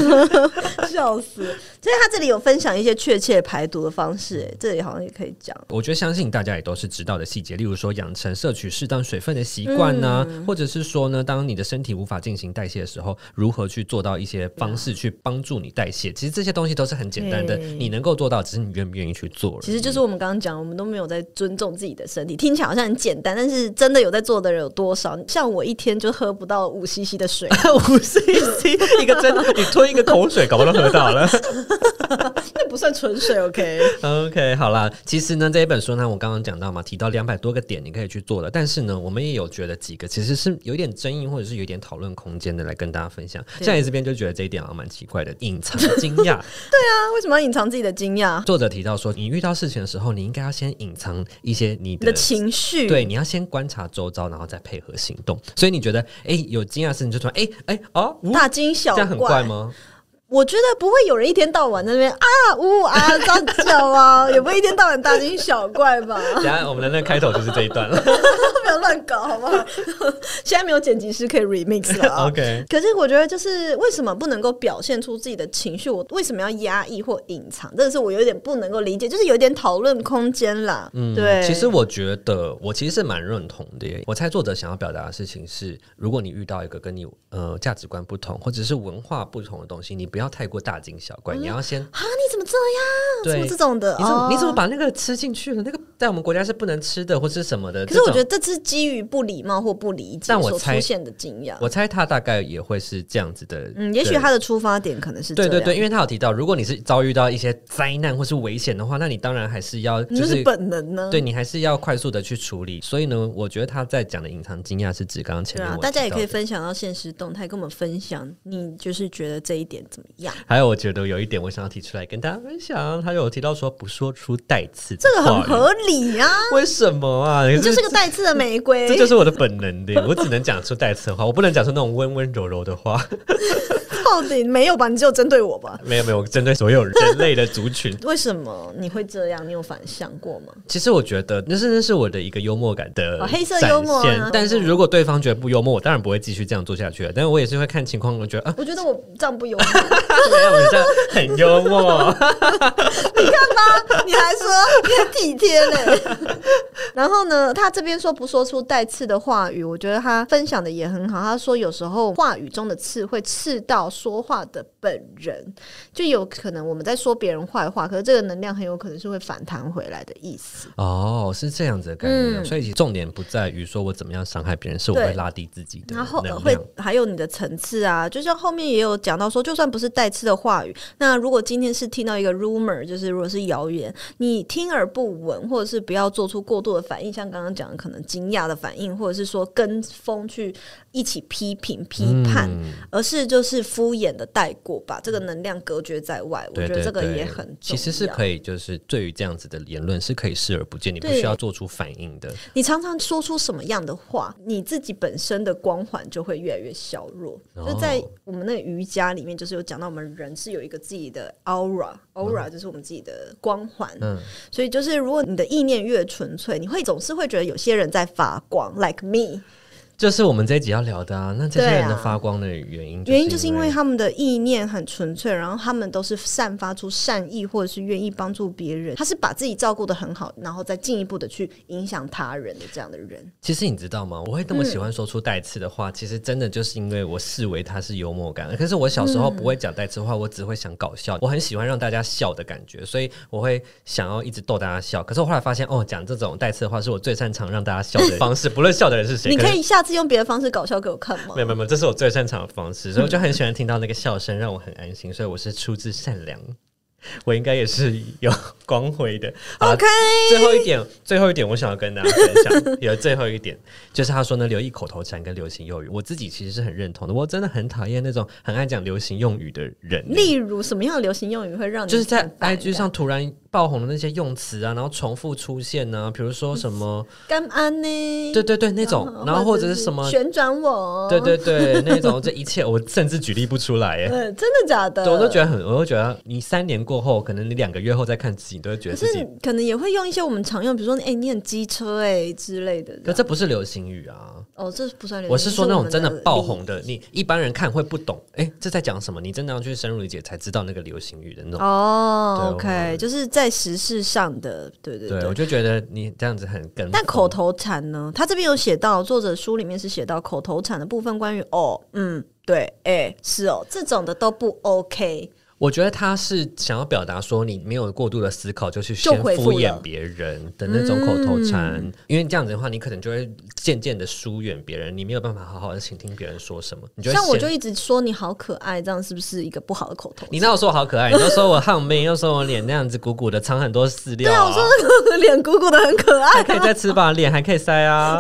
[SPEAKER 4] 笑死！所以他这里有分享一些确切排毒的方式、哎这里好像也可以讲。
[SPEAKER 3] 我觉得相信大家也都是知道的细节，例如说养成摄取适当水分的习惯呢，
[SPEAKER 4] 嗯
[SPEAKER 3] 或者是说呢，当你的身体无法进行代谢的时候，如何去做到一些方式去帮助你代谢。其实这些东西都是很简单的，
[SPEAKER 4] 对
[SPEAKER 3] 你能够做到，只是你愿不愿意去做而已。
[SPEAKER 4] 其实就是我们刚刚讲，我们都没有在尊重自己的身体，听起来好像很简单，但是真的有在做的人有多少？像我一天就喝不到五 CC 的水，
[SPEAKER 3] 五 CC 一个针，你吞一个口水，搞不好都喝到了。
[SPEAKER 4] 那不算纯水，OK？
[SPEAKER 3] OK，好啦，其实呢，这一本书呢，我刚刚讲到嘛，提到两百多个点你可以去做的，但是呢，我们也有觉得几个其实是有一点争议或者是有一点讨论空间的，来跟大家分享。
[SPEAKER 4] 对
[SPEAKER 3] 像你这边就觉得这一点好像蛮奇怪的，隐藏惊 讶。
[SPEAKER 4] 那啊为什么要隐藏自己的啊惊讶？
[SPEAKER 3] 作者提到说，你遇到事情的时候，你应该要先隐藏一些你
[SPEAKER 4] 你
[SPEAKER 3] 的
[SPEAKER 4] 的情绪，
[SPEAKER 3] 对，你要先观察周遭，然后再配合行动。所以你觉得，哎、有惊讶的事情就突然，哎、哎、 哦，呜
[SPEAKER 4] 大惊小
[SPEAKER 3] 这样很怪
[SPEAKER 4] 怪？
[SPEAKER 3] 吗？
[SPEAKER 4] 我觉得不会有人一天到晚在那边啊呜啊这样叫啊， 也不会一天到晚大惊小怪吧？
[SPEAKER 3] 等一下我们的那个开头就是这一段了。
[SPEAKER 4] 不要乱搞好不 好？现在没有剪辑师可以 remix 了啊。
[SPEAKER 3] OK，
[SPEAKER 4] 可是我觉得，就是为什么不能够表现出自己的情绪？我为什么要压抑或隐藏？这个是我有点不能够理解，就是有点讨论空间啦。嗯，对。
[SPEAKER 3] 其实我觉得，我其实是蛮认同的耶。我猜作者想要表达的事情是，如果你遇到一个跟你呃价值观不同，或者是文化不同的东西，你不要太过大惊小怪，你要先
[SPEAKER 4] 啊，你怎么这
[SPEAKER 3] 对
[SPEAKER 4] 样？怎么这种的？
[SPEAKER 3] 你怎么、
[SPEAKER 4] 哦
[SPEAKER 3] 你怎么？把那个吃进去了？那个在我们国家是不能吃的，或是什么的。
[SPEAKER 4] 可是我
[SPEAKER 3] 这
[SPEAKER 4] 觉得
[SPEAKER 3] 种
[SPEAKER 4] 这是基于不礼貌或不理解
[SPEAKER 3] 但我
[SPEAKER 4] 所
[SPEAKER 3] 猜
[SPEAKER 4] 出现的惊讶。
[SPEAKER 3] 我猜他大概也会是这样子的。
[SPEAKER 4] 嗯，也许
[SPEAKER 3] 对
[SPEAKER 4] 他的出发点可能是这
[SPEAKER 3] 对
[SPEAKER 4] 样。
[SPEAKER 3] 对对，因为他有提到，如果你是遭遇到一些灾难或是危险的话，那你当然还是要
[SPEAKER 4] 你
[SPEAKER 3] 就
[SPEAKER 4] 就是是本能呢。
[SPEAKER 3] 对你还是要快速的去处理。所以呢，我觉得他在讲的隐藏惊讶是指刚刚前
[SPEAKER 4] 对
[SPEAKER 3] 面
[SPEAKER 4] 啊
[SPEAKER 3] 我，
[SPEAKER 4] 大家也
[SPEAKER 3] 提到
[SPEAKER 4] 可以
[SPEAKER 3] 的
[SPEAKER 4] 分享到现实动态，跟我们分享你就是觉得这一点怎么样？
[SPEAKER 3] 还有，我觉得有一点我想要提出来跟大家分享，他有提到说不说出带刺的
[SPEAKER 4] 这个很
[SPEAKER 3] 话语
[SPEAKER 4] 合理 啊，
[SPEAKER 3] 为什么啊？
[SPEAKER 4] 你
[SPEAKER 3] 你
[SPEAKER 4] 就是个带刺的玫瑰。
[SPEAKER 3] 这就是我的本能的，我只能讲出带刺的话，我不能讲出那种温温柔柔的话。
[SPEAKER 4] 到底没有吧？你只有针对我吧？
[SPEAKER 3] 没有没有，我针对所有人类的族群。
[SPEAKER 4] 为什么你会这样？你有反想过吗？
[SPEAKER 3] 其实我觉得那是那是我的一个幽默感的、
[SPEAKER 4] 哦黑色幽默啊
[SPEAKER 3] 但是如果对方觉得不幽默，我当然不会继续这样做下去了。但是我也是会看情况，我觉得啊，啊
[SPEAKER 4] 我觉得我这样不幽默，
[SPEAKER 3] 没有，你这样很幽默。
[SPEAKER 4] 你还说 你很体贴嘞。 然后呢，他这边说不说出带刺的话语，我觉得他分享的也很好。他说有时候话语中的刺会刺到说话的本人，就有可能我们在说别人坏话，可是这个能量很有可能是会反弹回来的意思。
[SPEAKER 3] 哦，是这样子的概念啊、
[SPEAKER 4] 嗯
[SPEAKER 3] 所以其实重点不在于说我怎么样伤害别人，是我
[SPEAKER 4] 对
[SPEAKER 3] 会拉低自己的
[SPEAKER 4] 然
[SPEAKER 3] 能
[SPEAKER 4] 后
[SPEAKER 3] 量。
[SPEAKER 4] 会还有你的层次啊，就像后面也有讲到说，就算不是带刺的话语，那如果今天是听到一个 rumor，就是如果是谣言，你听而不闻，或者是不要做出过度的反应，像刚刚讲的可能惊讶的反应，或者是说跟风去一起批评批判，
[SPEAKER 3] 嗯
[SPEAKER 4] 而是就是敷衍的带过，把这个能量隔绝在外。
[SPEAKER 3] 对
[SPEAKER 4] 我觉得
[SPEAKER 3] 对
[SPEAKER 4] 这个
[SPEAKER 3] 对
[SPEAKER 4] 也很重
[SPEAKER 3] 其
[SPEAKER 4] 要。
[SPEAKER 3] 实是可以，就是对于这样子的言论是可以视而不见，你不
[SPEAKER 4] 对
[SPEAKER 3] 需要做出反应的。
[SPEAKER 4] 你常常说出什么样的话，你自己本身的光环就会越来越削弱。
[SPEAKER 3] 哦
[SPEAKER 4] 就在我们那个瑜伽里面，就是有讲到我们人是有一个自己的 aura，aura 就是我们自己的光环。
[SPEAKER 3] 嗯，
[SPEAKER 4] 所以就是如果你的意念越纯粹，你会总是会觉得有些人在发光，like me。
[SPEAKER 3] 就是我们这一集要聊的啊。那这些
[SPEAKER 4] 对啊
[SPEAKER 3] 人的发光的原因，
[SPEAKER 4] 原因就是因为他们的意念很纯粹，然后他们都是散发出善意，或者是愿意帮助别人。他是把自己照顾的很好，然后再进一步的去影响他人的这样的人。
[SPEAKER 3] 其实你知道吗？我会那
[SPEAKER 4] 嗯
[SPEAKER 3] 么喜欢说出带刺的话，其实真的就是因为我视为它是幽默感。可是我小时
[SPEAKER 4] 嗯
[SPEAKER 3] 候不会讲带刺话，我只会想搞笑。我很喜欢让大家笑的感觉，所以我会想要一直逗大家笑。可是我后来发现，哦，讲这种带刺的话是我最擅长让大家笑的 方式，不论笑的人是谁。
[SPEAKER 4] 你可
[SPEAKER 3] 是
[SPEAKER 4] 以下次用别的方式搞笑给我看吗
[SPEAKER 3] 没？有没有，没有，这嗯是我最擅长的方式，所以我就很喜欢听到那个笑声，让我很安心，所以我是出自善良。我应该也是有 光辉的。好
[SPEAKER 4] OK
[SPEAKER 3] 最后一点，最后一点，我想要跟大家分 享，有最后一点就是他说呢，留意口头禅跟流行用语。我自己其实是很认同的，我真的很讨厌那种很爱讲流行用语的人。
[SPEAKER 4] 例如什么样的流行用语会让你
[SPEAKER 3] 就是在
[SPEAKER 4] 很反
[SPEAKER 3] IG 上突然爆红的那些用词啊，然后重复出现呢、啊，比如说什么，
[SPEAKER 4] 感干安呢？哦
[SPEAKER 3] 对对对，那种，然后或者是什么，
[SPEAKER 4] 旋转我？
[SPEAKER 3] 对对对，那种，这一切我甚至举例不出来耶。
[SPEAKER 4] 嗯，真的假的？
[SPEAKER 3] 对，我都觉得很，我都觉得你三年过后，可能你两个月后再看自己，你都会觉得
[SPEAKER 4] 可
[SPEAKER 3] 自己
[SPEAKER 4] 是，可能也会用一些我们常用，比如说哎、你很机车哎、之类的。
[SPEAKER 3] 可这不是流行语啊。
[SPEAKER 4] 哦，这不算流行。
[SPEAKER 3] 我是说那种真的
[SPEAKER 4] 这是我们
[SPEAKER 3] 爆
[SPEAKER 4] 理
[SPEAKER 3] 红的，你一般人看会不懂，哎、这在讲什么？你真的要去深入理解才知道那个流行语的那种。对
[SPEAKER 4] 哦
[SPEAKER 3] 我们
[SPEAKER 4] ，OK，就是在时事上的，对对
[SPEAKER 3] 对，我就觉得你这样子很跟风。
[SPEAKER 4] 但口头禅呢？他这边有写到，作者书里面是写到口头禅的部分，关于哦，嗯，对，哎、是哦，这种的都不 OK。
[SPEAKER 3] 我觉得他是想要表达说，你没有过度的思考，就去
[SPEAKER 4] 就
[SPEAKER 3] 先
[SPEAKER 4] 回复
[SPEAKER 3] 敷衍
[SPEAKER 4] 了嗯
[SPEAKER 3] 别人的那种口头禅，因为这样子的话，你可能就会渐渐的疏远别人，你没有办法好好的倾听别人说什么，你就会
[SPEAKER 4] 像我
[SPEAKER 3] 先
[SPEAKER 4] 就一直说你好可爱，这样是不是一个不好的口头
[SPEAKER 3] 你那我说我好可爱，你就说我胖妹，又说我脸那样子鼓鼓的，藏很多饲料、啊。对我说
[SPEAKER 4] 禅？ 脸鼓鼓的很可爱，啊
[SPEAKER 3] 还可以再吃吧， 脸还可以塞啊，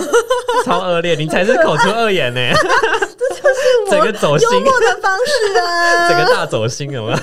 [SPEAKER 3] 超恶劣，你才是口出恶言呢、整个走心
[SPEAKER 4] 幽，默的方 式啊，
[SPEAKER 3] 整个大走心，有没有？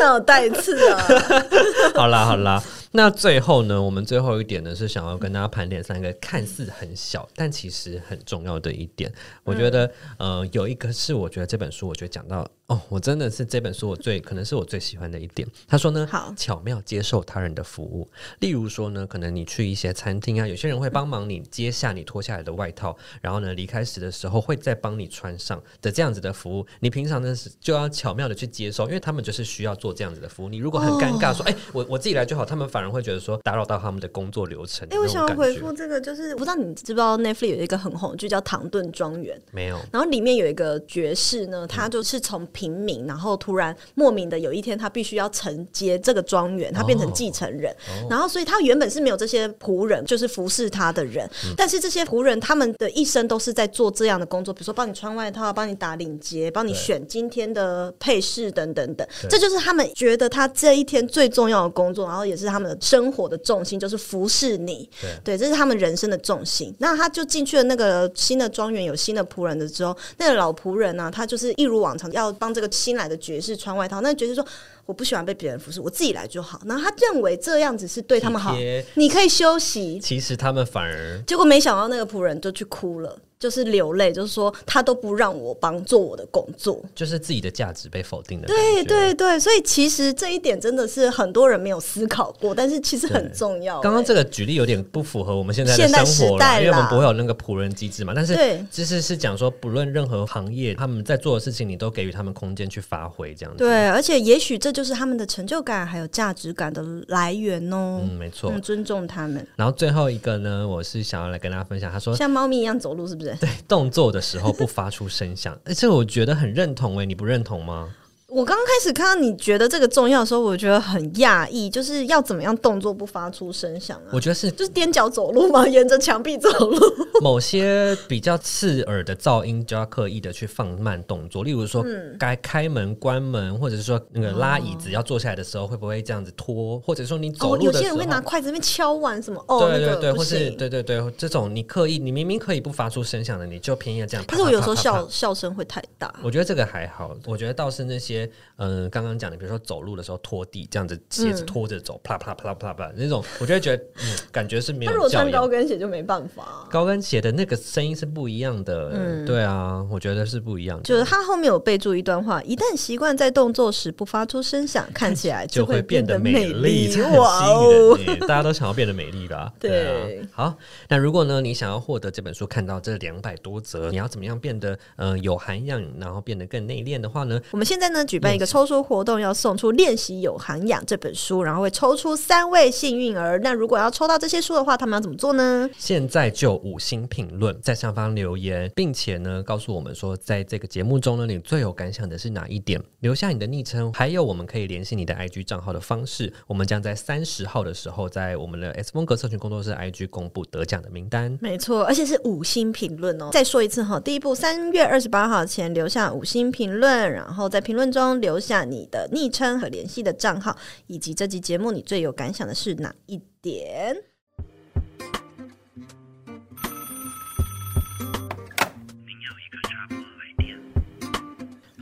[SPEAKER 4] 脑袋刺啊。
[SPEAKER 3] 好啦好啦，那最后呢，我们最后一点呢是想要跟大家盘点三个看似很小，但其实很重要的一点。我觉得，呃，有一个是我觉得这本书，我觉得讲到哦，我真的是这本书我最可能是我最喜欢的一点。他说呢，
[SPEAKER 4] 好
[SPEAKER 3] 巧妙接受他人的服务，例如说呢，可能你去一些餐厅啊，有些人会帮忙你揭下你脱下来的外套，然后呢离开时的时候会再帮你穿上的这样子的服务，你平常呢是就要巧妙的去接受，因为他们就是需要做这样子的服务。你如果很尴尬说，哎、我我自己来就好，他们反而会觉得说打扰到他们的工作流程的
[SPEAKER 4] 哎、
[SPEAKER 3] 那
[SPEAKER 4] 我
[SPEAKER 3] 种
[SPEAKER 4] 想要
[SPEAKER 3] 感
[SPEAKER 4] 回
[SPEAKER 3] 觉。
[SPEAKER 4] 复这个，就是我不知道你知不知道 Netflix 有一个很红的剧叫《唐顿庄园》。
[SPEAKER 3] 没有，
[SPEAKER 4] 然后里面有一个爵士呢，他就是从平民，然后突然莫名的有一天，他必须要承接这个庄园，他变成继承人。然后，所以他原本是没有这些仆人，就是服侍他的人，但是这些仆人他们的一生都是在做这样的工作，比如说帮你穿外套，帮你打领结，帮你
[SPEAKER 3] 对
[SPEAKER 4] 选今天的配饰等等等。这就是他们觉得他这一天最重要的工作，然后也是他们的生活的重心，就是服侍你。对，这是他们人生的重心。那他就进去了那个新的庄园，有新的仆人的之后，那个老仆人呢、啊他就是一如往常要帮这个新来的爵士穿外套。那爵士说：“我不喜欢被别人服侍，我自己来就好。”然后他认为这样子是对他们好
[SPEAKER 3] 体贴，
[SPEAKER 4] 你可以休息。
[SPEAKER 3] 其实他们反而
[SPEAKER 4] 结果没想到那个仆人就去哭了，就是流泪，就是说他都不让我帮做我的工作。
[SPEAKER 3] 就是自己的价值被否定的感
[SPEAKER 4] 对
[SPEAKER 3] 觉。
[SPEAKER 4] 对对，所以其实这一点真的是很多人没有思考过，但是其实很重要欸、
[SPEAKER 3] 刚刚这个举例有点不符合我们现在的
[SPEAKER 4] 现代
[SPEAKER 3] 生活
[SPEAKER 4] 时
[SPEAKER 3] 啦，
[SPEAKER 4] 代啦
[SPEAKER 3] 因为我们不会有那个仆人机制嘛。但是
[SPEAKER 4] 对
[SPEAKER 3] 就是是讲说，不论任何行业，他们在做的事情，你都给予他们空间去发挥，这样子。，
[SPEAKER 4] 对，而且也许这就是他们的成就感还有价值感的来源哦。
[SPEAKER 3] 嗯，没错。
[SPEAKER 4] 嗯尊重他们，
[SPEAKER 3] 然后最后一个呢，我是想要来跟大家分享，他说
[SPEAKER 4] 像猫咪一样走路，是不是？
[SPEAKER 3] 动作的时候不发出声响，而且我觉得很认同诶、欸你不认同 吗？
[SPEAKER 4] 我刚开始看到你觉得这个重要的时候，我觉得很讶异，就是要怎么样动作不发出声响啊
[SPEAKER 3] 我？觉得是
[SPEAKER 4] 就是踮脚走路嘛， 沿着墙壁走路。
[SPEAKER 3] 某些比较刺耳的噪音就要刻意的去放慢动作，例如说
[SPEAKER 4] 嗯
[SPEAKER 3] 该开门、关门，或者是说那个拉椅子要坐下来的时候，会不会这样子拖，或者说你 走
[SPEAKER 4] 哦，
[SPEAKER 3] 路
[SPEAKER 4] 有
[SPEAKER 3] 的
[SPEAKER 4] 些
[SPEAKER 3] 时
[SPEAKER 4] 人
[SPEAKER 3] 候
[SPEAKER 4] 会。拿筷子在那边敲碗什么，哦，
[SPEAKER 3] 对
[SPEAKER 4] 那
[SPEAKER 3] 对
[SPEAKER 4] 个
[SPEAKER 3] 对，
[SPEAKER 4] 不
[SPEAKER 3] 或是
[SPEAKER 4] 行
[SPEAKER 3] 对对对，这种你刻意，你明明可以不发出声响的，你就偏要这样啪。
[SPEAKER 4] 但是我有时候
[SPEAKER 3] 啪啪啪
[SPEAKER 4] 笑笑声会太大。
[SPEAKER 3] 我觉得这个还好，我觉得倒是那些，嗯、刚刚讲的，比如说走路的时候拖地，这样子鞋
[SPEAKER 4] 嗯
[SPEAKER 3] 子拖着走，啪啪啪啪啪那种，我就会觉得，嗯，感觉是没
[SPEAKER 4] 那如果
[SPEAKER 3] 有教
[SPEAKER 4] 穿高
[SPEAKER 3] 养。
[SPEAKER 4] 跟鞋就没办法啊、
[SPEAKER 3] 高跟鞋的那个声音是不一样的，对啊，我觉得是不一样的，
[SPEAKER 4] 嗯就是他后面有备注一段话：一旦习惯在动作时不发出声响，看起来
[SPEAKER 3] 就
[SPEAKER 4] 会
[SPEAKER 3] 会变得
[SPEAKER 4] 得
[SPEAKER 3] 美
[SPEAKER 4] 丽。
[SPEAKER 3] 这很
[SPEAKER 4] 哇
[SPEAKER 3] 吸
[SPEAKER 4] 哦！
[SPEAKER 3] 引人耶，欸大家都想要变得美丽 吧？
[SPEAKER 4] 对
[SPEAKER 3] 啊。好，那如果呢，你想要获得这本书，看到这两百多则，你要怎么样变得呃有涵养，然后变得更内敛的话呢？
[SPEAKER 4] 我们现在呢举办一个抽书活动，要送出《练习有涵养》这本书，然后会抽出三位幸运儿。那如果要抽到这些书的话，他们要怎么做呢？
[SPEAKER 3] 现在就五星评论，在上方留言，并且呢告诉我们说，在这个节目中呢，你最有感想的是哪一点？留下你的昵称，还有我们可以联系你的 IG 账号的方式。我们将在三十号的时候，在我们的 S 风格社群工作室 IG 公布得奖的名单。
[SPEAKER 4] 没错，而且是五星评论哦。再说一次哈，第一步，三月二十八号前留下五星评论，然后在评论中留下你的昵称和联系的账号，以及这集节目你最有感想的是哪一点。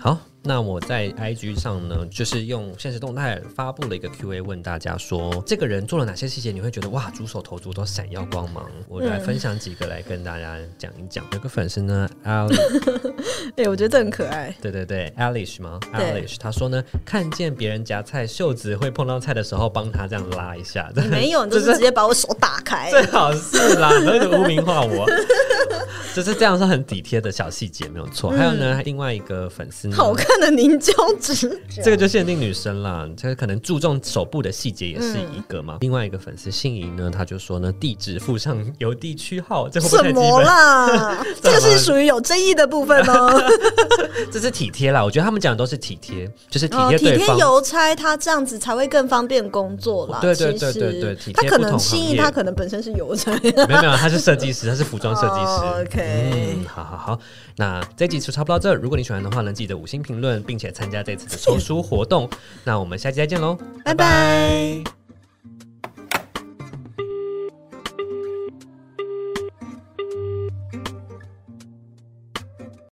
[SPEAKER 3] 好，那我在 IG 上呢，就是用现实动态发布了一个 Q&A，问大家说，这个人做了哪些细节，你会觉得哇，猪手头足都闪耀光芒。我来分享几个来跟大家讲一讲。有个粉丝呢 a l
[SPEAKER 4] 哎、我觉得这很可爱。
[SPEAKER 3] 对对对，Alish 吗
[SPEAKER 4] 对
[SPEAKER 3] ？Alish，他说呢，看见别人夹菜，袖子会碰到菜的时候，帮他这样拉一下，这
[SPEAKER 4] 没有，你就是直接把我手打 开。
[SPEAKER 3] 最好是啦，不要污名化我。 就是这样是很体贴的小细节，没有错。还有呢，另外一个粉丝呢，
[SPEAKER 4] 嗯好看的凝胶纸，
[SPEAKER 3] 这个就限定女生啦，这个可能注重手部的细节也是一个
[SPEAKER 4] 嗯
[SPEAKER 3] 嘛。另外一个粉丝心仪呢，他就说呢，地址附上邮地区号，这会不会
[SPEAKER 4] 什
[SPEAKER 3] 太基
[SPEAKER 4] 么
[SPEAKER 3] 本？
[SPEAKER 4] 啦？这个是属于有争议的部分哦。
[SPEAKER 3] 这是体贴啦，我觉得他们讲的都是体贴，就是 体
[SPEAKER 4] 哦，
[SPEAKER 3] 贴
[SPEAKER 4] 体
[SPEAKER 3] 对
[SPEAKER 4] 贴
[SPEAKER 3] 方。
[SPEAKER 4] 邮差，他这样子才会更方便工作啦。
[SPEAKER 3] 对对
[SPEAKER 4] 其
[SPEAKER 3] 对对
[SPEAKER 4] 实
[SPEAKER 3] 对体贴
[SPEAKER 4] 他可
[SPEAKER 3] 不
[SPEAKER 4] 能
[SPEAKER 3] 同
[SPEAKER 4] 心
[SPEAKER 3] 行
[SPEAKER 4] 仪，
[SPEAKER 3] 业
[SPEAKER 4] 他可能本身是邮差。
[SPEAKER 3] 没有没有，他是设计师，他是服装设计师。
[SPEAKER 4] 哦，OK
[SPEAKER 3] 嗯，好好好，那这集就差不多到这。如果你喜欢的话呢，记得五星评论，并且参加这次的抽书活动。那我们下期再见喽，
[SPEAKER 4] 拜拜。